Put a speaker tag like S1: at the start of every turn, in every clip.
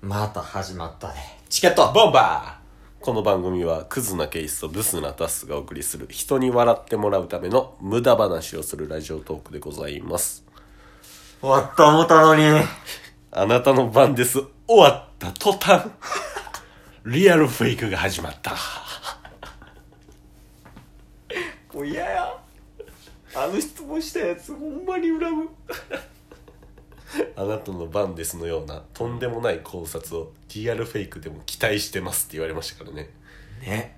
S1: また始まったね。チケット
S2: ボンバーこの番組はクズなケースとブスなタスがお送りする人に笑ってもらうための無駄話をするラジオトークでございます
S1: 終わった思ったのに。
S2: あなたの番です終わった途端 リアルフェイクが始まった
S1: もう嫌や。あの質問したやつ、ほんまに恨む。
S2: あなたの番ですのようなとんでもない考察をリアルフェイクでも期待してますって言われましたからね
S1: ね。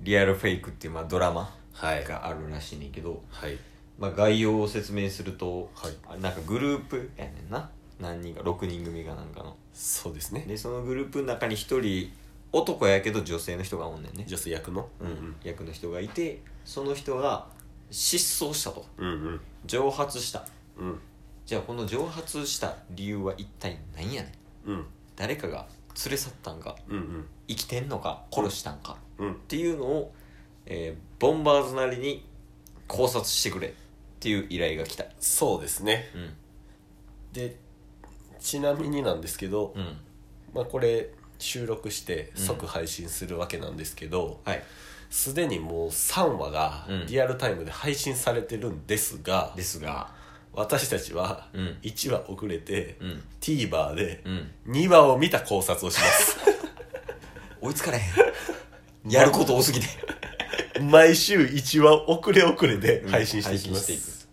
S1: リアルフェイクっていう、まあ、ドラマ
S2: はい
S1: があるらしいねんけど、
S2: はい
S1: まあ、概要を説明すると、
S2: はい
S1: あなんかグループやねんな。何人か、6人組がなんかの。
S2: そうですね
S1: で、そのグループの中に1人、男やけど女性の人がおんねんね。
S2: 女性役の
S1: うん、役の人がいて、その人が失踪したと。
S2: うんうん
S1: 蒸発した。
S2: うん
S1: じゃあこの蒸発した理由は一体何やねん
S2: うん
S1: 誰かが連れ去ったんか
S2: うんうん
S1: 生きてんのか殺したんか
S2: うん
S1: っていうのを、えーボンバーズなりに考察してくれっていう依頼が来た
S2: そうですね
S1: うん
S2: でちなみになんですけど、
S1: うん
S2: まあ、これ収録して
S1: うん
S2: 即配信するわけなんですけど
S1: はい
S2: すで、にもう3話が
S1: うん
S2: リアルタイムで配信されてるんですが、
S1: ですが
S2: 私たちは
S1: うん
S2: 1話遅れて、
S1: うん
S2: TVer で
S1: うん
S2: 2話を見た考察をし ます
S1: 追いつかれへん やること多すぎて
S2: 毎週1話遅れ遅れで配信していき
S1: う
S2: ま
S1: ん配信し
S2: す、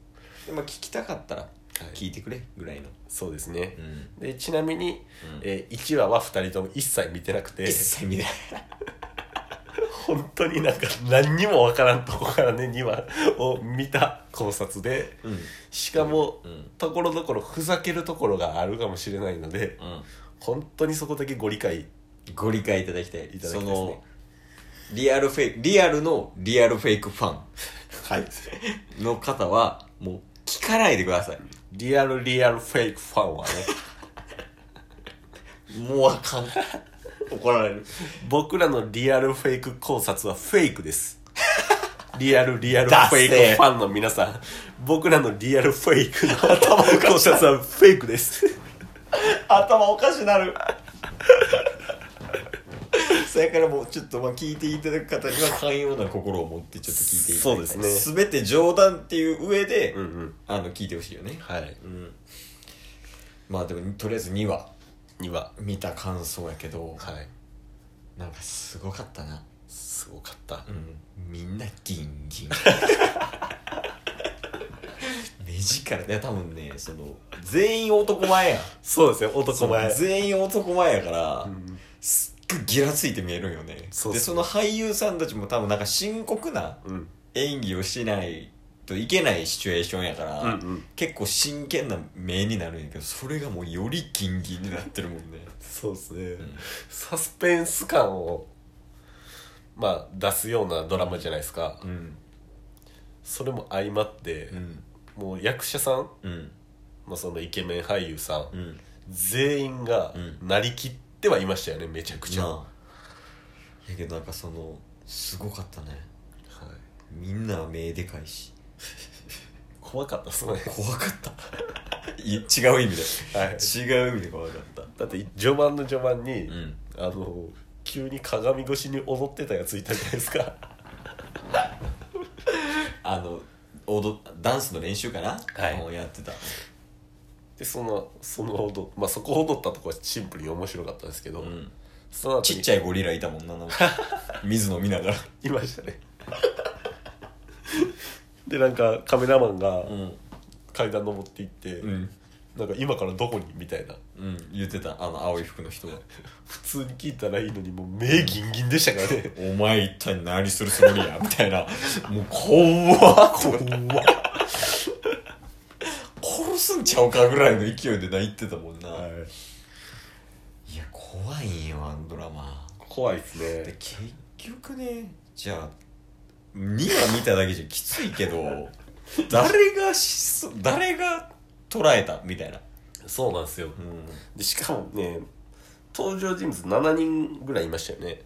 S1: でも聞きたかったら
S2: はい
S1: 聞いてくれぐらいの、
S2: そうですね
S1: う、ん
S2: でちなみに、
S1: うん
S2: え1話は2人とも一切見てなくて
S1: 一切見ない
S2: 本当になんか何にもわからんとこからね2話を見た考察で
S1: うん
S2: しかも
S1: うん
S2: ところどころふざけるところがあるかもしれないので
S1: うん
S2: 本当にそこだけご理解
S1: ご理解いただきたい
S2: いただきたいです
S1: そ
S2: ね
S1: のリアルフェイクリアルのリアルフェイクファ
S2: はい
S1: ンの方はもう聞かないでください
S2: リアルリアルフェイクファンはね
S1: もうあ かん怒られる
S2: 僕らのリアルフェイク考察はフェイクですリアルリアルフ
S1: ダッセ
S2: ェ
S1: ー
S2: イクファンの皆さん僕らのリアルフェイクの頭考察はフェイクです
S1: 頭おかしなる それからもうちょっとまあ聞いていただく方には寛容な心を持ってちょっと聞いていただきたい
S2: そうです
S1: 全て冗談っていう上で、
S2: うんうん
S1: あの聞いてほしいよね
S2: はい
S1: うんまあでもとりあえず2話
S2: 2話
S1: 見た感想やけど
S2: はい
S1: なんかすごかったな
S2: すごかった
S1: うん、みんなギンギ ン目力ね多分ねその全員男前やん
S2: そうですね男前
S1: 全員男前やから、
S2: ん
S1: すっごいギラついて見えるんよね
S2: そうそう
S1: でその俳優さんたちも多分なんか深刻な
S2: うん
S1: 演技をしないといけないシチュエーションやから、
S2: うんうん
S1: 結構真剣な目になるんやけどそれがもうよりギンギンになってるもんね
S2: そうですね、
S1: ん
S2: サスペンス感をまあ出すようなドラマじゃないですか、
S1: うん
S2: それも相まって
S1: う、ん
S2: もう役者さん、
S1: うん
S2: まあ、そのイケメン俳優さん、
S1: うん
S2: 全員が
S1: うん
S2: なりきってはいましたよねめちゃくちゃ、は
S1: なあやけどなんかそのすごかったね
S2: い、
S1: みんな目でかいし
S2: 怖かったっすね
S1: 怖かった い違う意味
S2: はい
S1: で違う意味で怖かった
S2: だって序盤の序盤に、
S1: うん
S2: あの急に鏡越しに踊ってたやついたじゃないですか
S1: あの踊っダンスの練習かな、
S2: はい
S1: をやってた
S2: でそのその踊っまあそこ踊ったとこはシンプルに面白かったですけど、
S1: うん
S2: その後
S1: ち
S2: に
S1: っちゃいゴリラいたもんななん か水飲みながら
S2: いましたね でなんかカメラマンが
S1: うん
S2: 階段登っていって、
S1: うん
S2: なんか今からどこにみたいな
S1: うん言ってたあの青い服の人が
S2: 普通に聞いたらいいのにもう目ギンギンでしたからね
S1: 「お前一体何するつもりや」みたいなもう怖っこ
S2: 怖っ
S1: 殺すんちゃうかぐらいの勢いで泣いてたもんな、
S2: はい
S1: いや怖いんよあのドラマ
S2: 怖いです
S1: で
S2: ね
S1: 結局ねじゃあ2話見ただけじゃきついけ ど誰がしそ誰が捉えたみたいな
S2: そうなんですよ
S1: うん
S2: でしかもね登場人物7人ぐらいいましたよね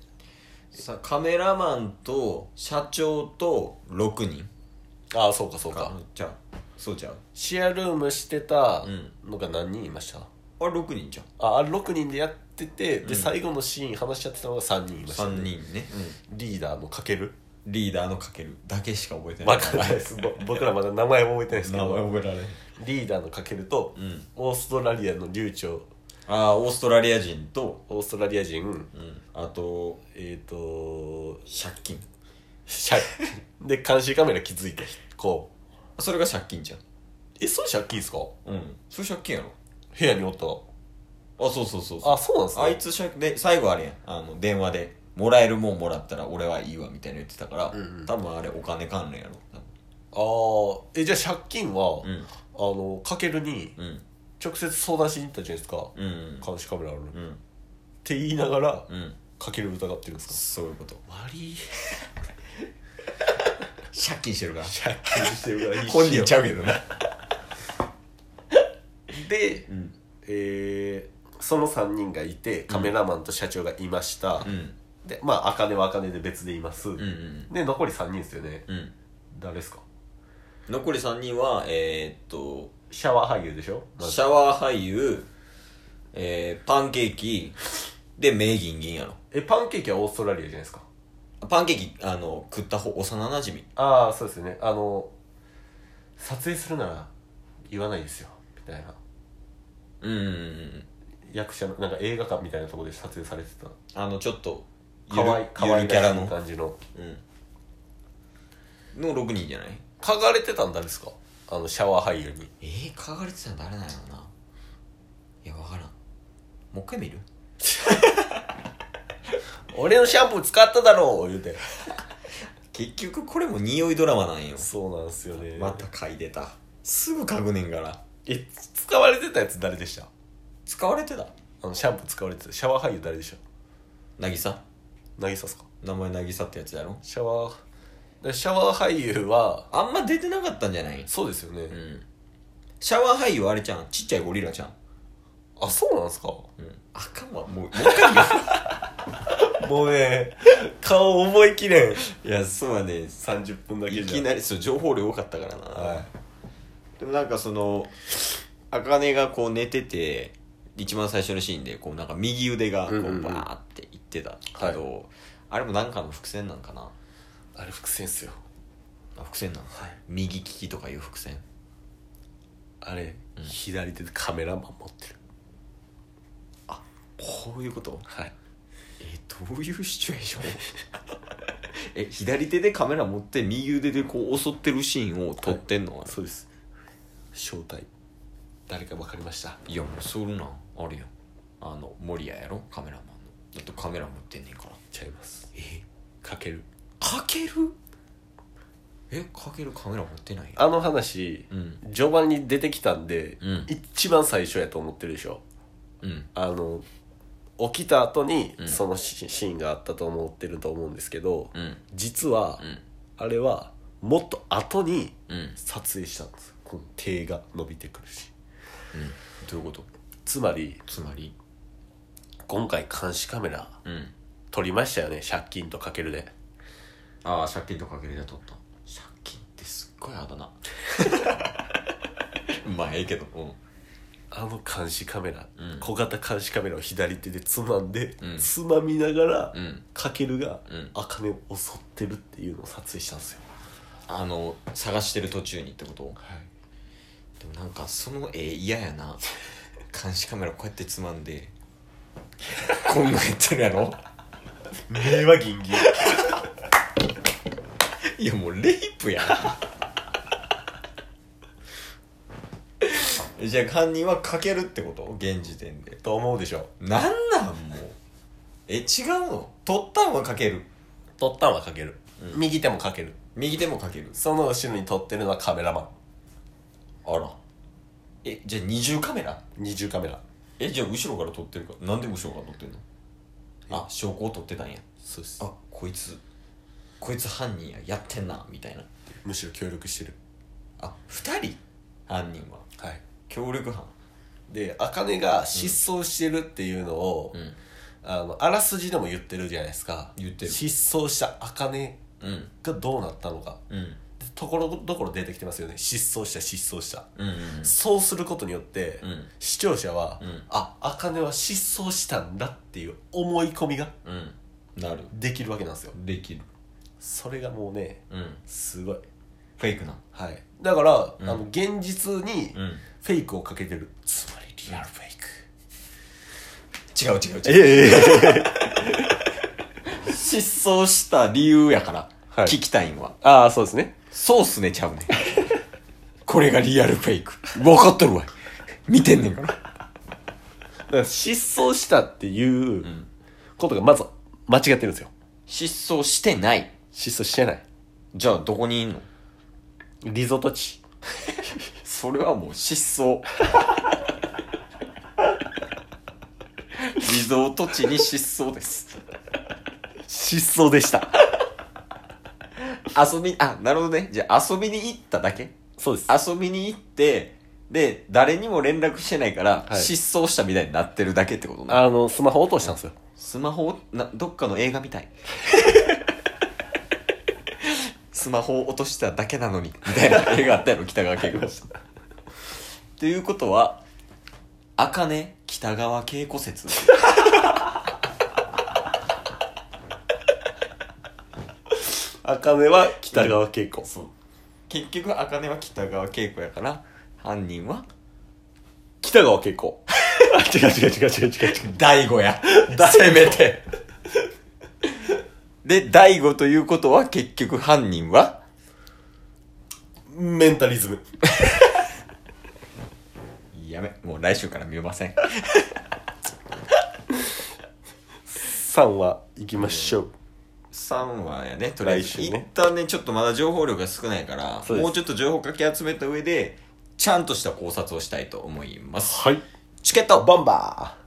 S1: さカメラマンと社長と6人
S2: ああそうかそう
S1: か
S2: か
S1: じゃあそうちゃう
S2: シェアルームしてた
S1: うん
S2: のが何人いました、
S1: ああれ6人じゃん
S2: ああれ6人でやってて、
S1: うん
S2: で最後のシーン話し合ってたのが3人いました、
S1: 3人ね、
S2: リーダーのかける
S1: リーダーのかけるだけしか覚えてない
S2: わかんないですぼ僕らまだ名前も覚えてないですけ
S1: 名前
S2: ど
S1: 覚えられない
S2: リーダーのかけると、
S1: うん
S2: オーストラリアの流暢
S1: ああオーストラリア人と、
S2: オーストラリア人、
S1: うん、あと
S2: えっ、と
S1: 借金
S2: 借金 で監視カメラ気づいてこう
S1: それが借金じゃん
S2: えそれ借金ですか
S1: うんそれ借金や
S2: 部屋におった
S1: ろあそうそうそうそう
S2: あそうなんです
S1: あい
S2: ね
S1: つ借で最後あれやんあの電話でもらえるもんもらったら俺はいいわみたいな言ってたから、
S2: うんうん
S1: 多分あれお金関連やろ
S2: ああえじゃあ借金は、
S1: 多分
S2: あのかけるに
S1: うんうん
S2: 直接相談しに行ったじゃないですか、
S1: うん
S2: 監視カメラある、っ
S1: うん
S2: て言いながら、
S1: うん
S2: かける疑ってるんです
S1: そういうこと
S2: か悪い
S1: 借金してる から
S2: 借金してるから
S1: 本人ちゃ
S2: う
S1: うけどな
S2: で、
S1: うん
S2: えーその3人がいてカメラマンと社長がいました、
S1: うん
S2: でまあ茜は茜で別でいます、
S1: うんうん
S2: で残り3人ですよね
S1: うん
S2: 誰ですか
S1: 残り3人はえー、っと
S2: シャワー俳優でしょまず
S1: シャワー俳優、えー、パンケーキで名銀銀やろ
S2: えパンケーキはオーストラリアじゃないですか
S1: パンケーキあの食った方幼なじみ
S2: ああそうですよねあの撮影するなら言わないですよみたいな
S1: うんうんうん
S2: 役者のなんか映画館みたいなところで撮影されてた
S1: あのちょっとゆ
S2: かわい
S1: る
S2: か
S1: ゆ
S2: わ
S1: る
S2: い
S1: キャラ
S2: らしい
S1: の
S2: 感じの
S1: うんの6人じゃない
S2: 嗅がれてたん誰ですかあのシャワー俳優に
S1: えー、嗅がれてたの誰なんやろないやわからんもう一回見る
S2: 俺のシャンプー使っただろう言うて
S1: 結局これも匂いドラマなんよ
S2: そうなんですよね
S1: また嗅いでたすぐ嗅ぐねんから
S2: え使われてたやつ誰でした
S1: 使われてた
S2: あのシャンプー使われてたシャワー俳優誰でした
S1: 渚
S2: 渚っすか
S1: 名前渚ってやつやろ
S2: シャワーでシャワー俳優は
S1: あんま出てなかったんじゃない
S2: そうですよね、
S1: うんシャワー俳優あれちゃんちっちゃいゴリラちゃん
S2: あそうなんですか
S1: うんあかんわもうもう一回言
S2: もうね顔思いきれん
S1: う いやそうやね
S2: 30分だけじゃ
S1: いきなりそう情報量多かったからな、
S2: は
S1: でもなんかその茜がこう寝てて一番最初のシーンでこうなんか右腕がこ
S2: うんうんう
S1: うんバーっていってたけど、あれもなんかの伏線なんかな
S2: あれ伏線っすよ
S1: あ伏線なの、右利きとかいう伏線
S2: あれ、左手でカメラマン持ってる
S1: こういうこと
S2: はい
S1: えどういうシチュエーション え左手でカメラ持って右腕でこう襲ってるシーンを撮ってんの、あれ
S2: そうです正体誰か分かりました
S1: いやもうそんなんあるよあの守屋やろカメラマンのだってカメラ持ってんねんから
S2: ちゃいます
S1: え
S2: かける
S1: かけるえかけるカメラ持ってない
S2: あの話、
S1: うん
S2: 序盤に出てきたんで、
S1: うん
S2: 一番最初やと思ってるでしょ
S1: うん
S2: あの起きた後に
S1: うん
S2: そのシ,、シーンがあったと思ってると思うんですけど、
S1: うん
S2: 実は、
S1: うん
S2: あれはもっと後に
S1: うん
S2: 撮影したんですこの手が伸びてくるし
S1: どういうこと
S2: つまり
S1: つまり
S2: 今回監視カメラ
S1: うん
S2: 撮りましたよね借金とかけるで
S1: ああ借金とかけるで撮った借金ってすっごいあだな まあええけどう
S2: あの監視カメラ、
S1: うん
S2: 小型監視カメラを左手でつまんで、
S1: うん
S2: つまみながら、
S1: んうん
S2: かけるが、
S1: うん
S2: あかねを襲ってるっていうのを撮影したんですよ
S1: あの探してる途中にってこと
S2: はい
S1: でもなんかその絵嫌やな監視カメラこうやってつまんでこんなんやってるやろ
S2: 目はギンギン
S1: いやもうレイプやんじゃあ犯人はかけるってこと現時点で
S2: と思うでしょ
S1: なんなんもうえ違うの取ったんはかける
S2: 撮ったんはかける、
S1: うん
S2: 右手もかける
S1: 右手もかける
S2: その後ろに撮ってるのはカメラマン
S1: あらえじゃあ二重カメラ
S2: 二重カメラ
S1: えじゃあ後ろから撮ってるかなんで後ろから撮ってんのあ証拠を撮ってたんや
S2: そうです
S1: あこいつこいつ犯人ややってんなみたいな
S2: むしろ協力してる
S1: あ二人犯人は
S2: はい
S1: 協力犯
S2: で茜が失踪してるっていうのを、
S1: ん
S2: あのあらすじでも言ってるじゃないですか
S1: 言ってる
S2: 失踪した茜
S1: うん
S2: がどうなったのか
S1: うん
S2: でところどころ出てきてますよね失踪した失踪した、
S1: うんうん
S2: そうすることによって、
S1: うん
S2: 視聴者は、
S1: うん
S2: ああかねは失踪したんだっていう思い込みが
S1: うんなる
S2: できるわけなんですよ
S1: できる
S2: それがもうね
S1: うん
S2: すごい
S1: フェイクな
S2: はいだから、
S1: うん
S2: あの現実に
S1: うん
S2: フェイクをかけてるつまりリアルフェイク
S1: 違う違う違う
S2: ええ
S1: 失踪した理由やから、
S2: はい
S1: 聞きたいんは
S2: ああそうですね
S1: そうっすねちゃうねんこれがリアルフェイク分かっとるわ見てんねんから
S2: だから失踪したっていううんことがまず間違ってるんですよ
S1: 失踪してない
S2: 失踪してない
S1: じゃあどこにいんの
S2: リゾート地
S1: それはもう失踪リゾート地に失踪です
S2: 失踪でした
S1: 遊びあなるほどねじゃあ遊びに行っただけ
S2: そうです
S1: 遊びに行ってで誰にも連絡してないから、
S2: はい
S1: 失踪したみたいになってるだけってことな
S2: あのスマホ落としたんですよ
S1: スマホをなどっかの映画み たいスマホを落としただけなのにみたいな映画あったやろ北川景子ということは茜北川景子説
S2: 茜は北川景子
S1: そう結局茜は北川景子やから犯人は
S2: 北川景子違う違う違う違う違う違う
S1: 大悟やせめてで大悟ということは結局犯人は
S2: メンタリズム
S1: やめもう来週から見ません
S2: 3は行きましょう
S1: 3話やねとりあえず、
S2: 来週ね
S1: 一旦ねちょっとまだ情報量が少ないから
S2: そうです
S1: もうちょっと情報かき集めた上でちゃんとした考察をしたいと思います
S2: はい
S1: チケット
S2: バンバー